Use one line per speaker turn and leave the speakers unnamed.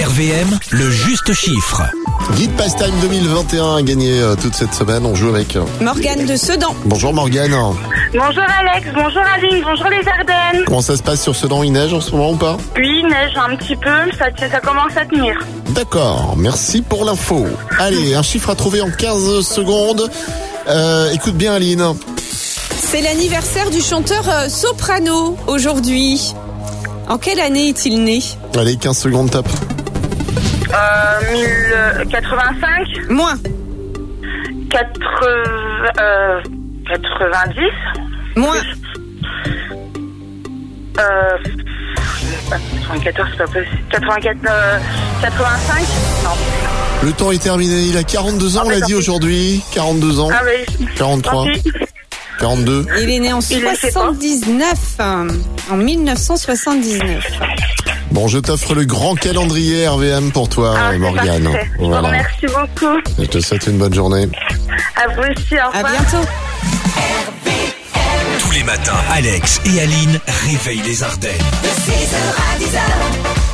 RVM, le juste chiffre.
Guide Pastime 2021 a gagné euh, toute cette semaine. On joue avec. euh,
Morgane de Sedan.
Bonjour Morgane.
Bonjour Alex, bonjour Aline, bonjour les Ardennes.
Comment ça se passe sur Sedan Il neige en ce moment ou pas
Oui, neige un petit peu, ça, ça commence à tenir.
D'accord. Merci pour l'info. Allez, un chiffre à trouver en 15 secondes. Euh, écoute bien Aline.
C'est l'anniversaire du chanteur euh, soprano aujourd'hui. En quelle année est-il né
Allez, 15 secondes top.
Euh, 1085,
Moins,
80, euh, 90,
moins,
euh, 94, c'est pas possible. 84, euh, 85 Non.
Le temps est terminé. Il a 42 ans,
Ah,
on l'a
d'accord.
dit aujourd'hui. 42 ans.
Ah oui.
43.
Tant pis.
42.
il est né en
Il le sait pas.
79, hein, en 1979.
Bon, je t'offre le grand calendrier RVM pour toi,
Ah, c'est
Morgane.
parfait. Je vous
Voilà.
remercie beaucoup.
Je te souhaite une bonne journée.
À vous aussi, au
À
revoir.
bientôt.
Tous les matins, Alex et Aline réveillent les Ardennes.
De 6h à 10h,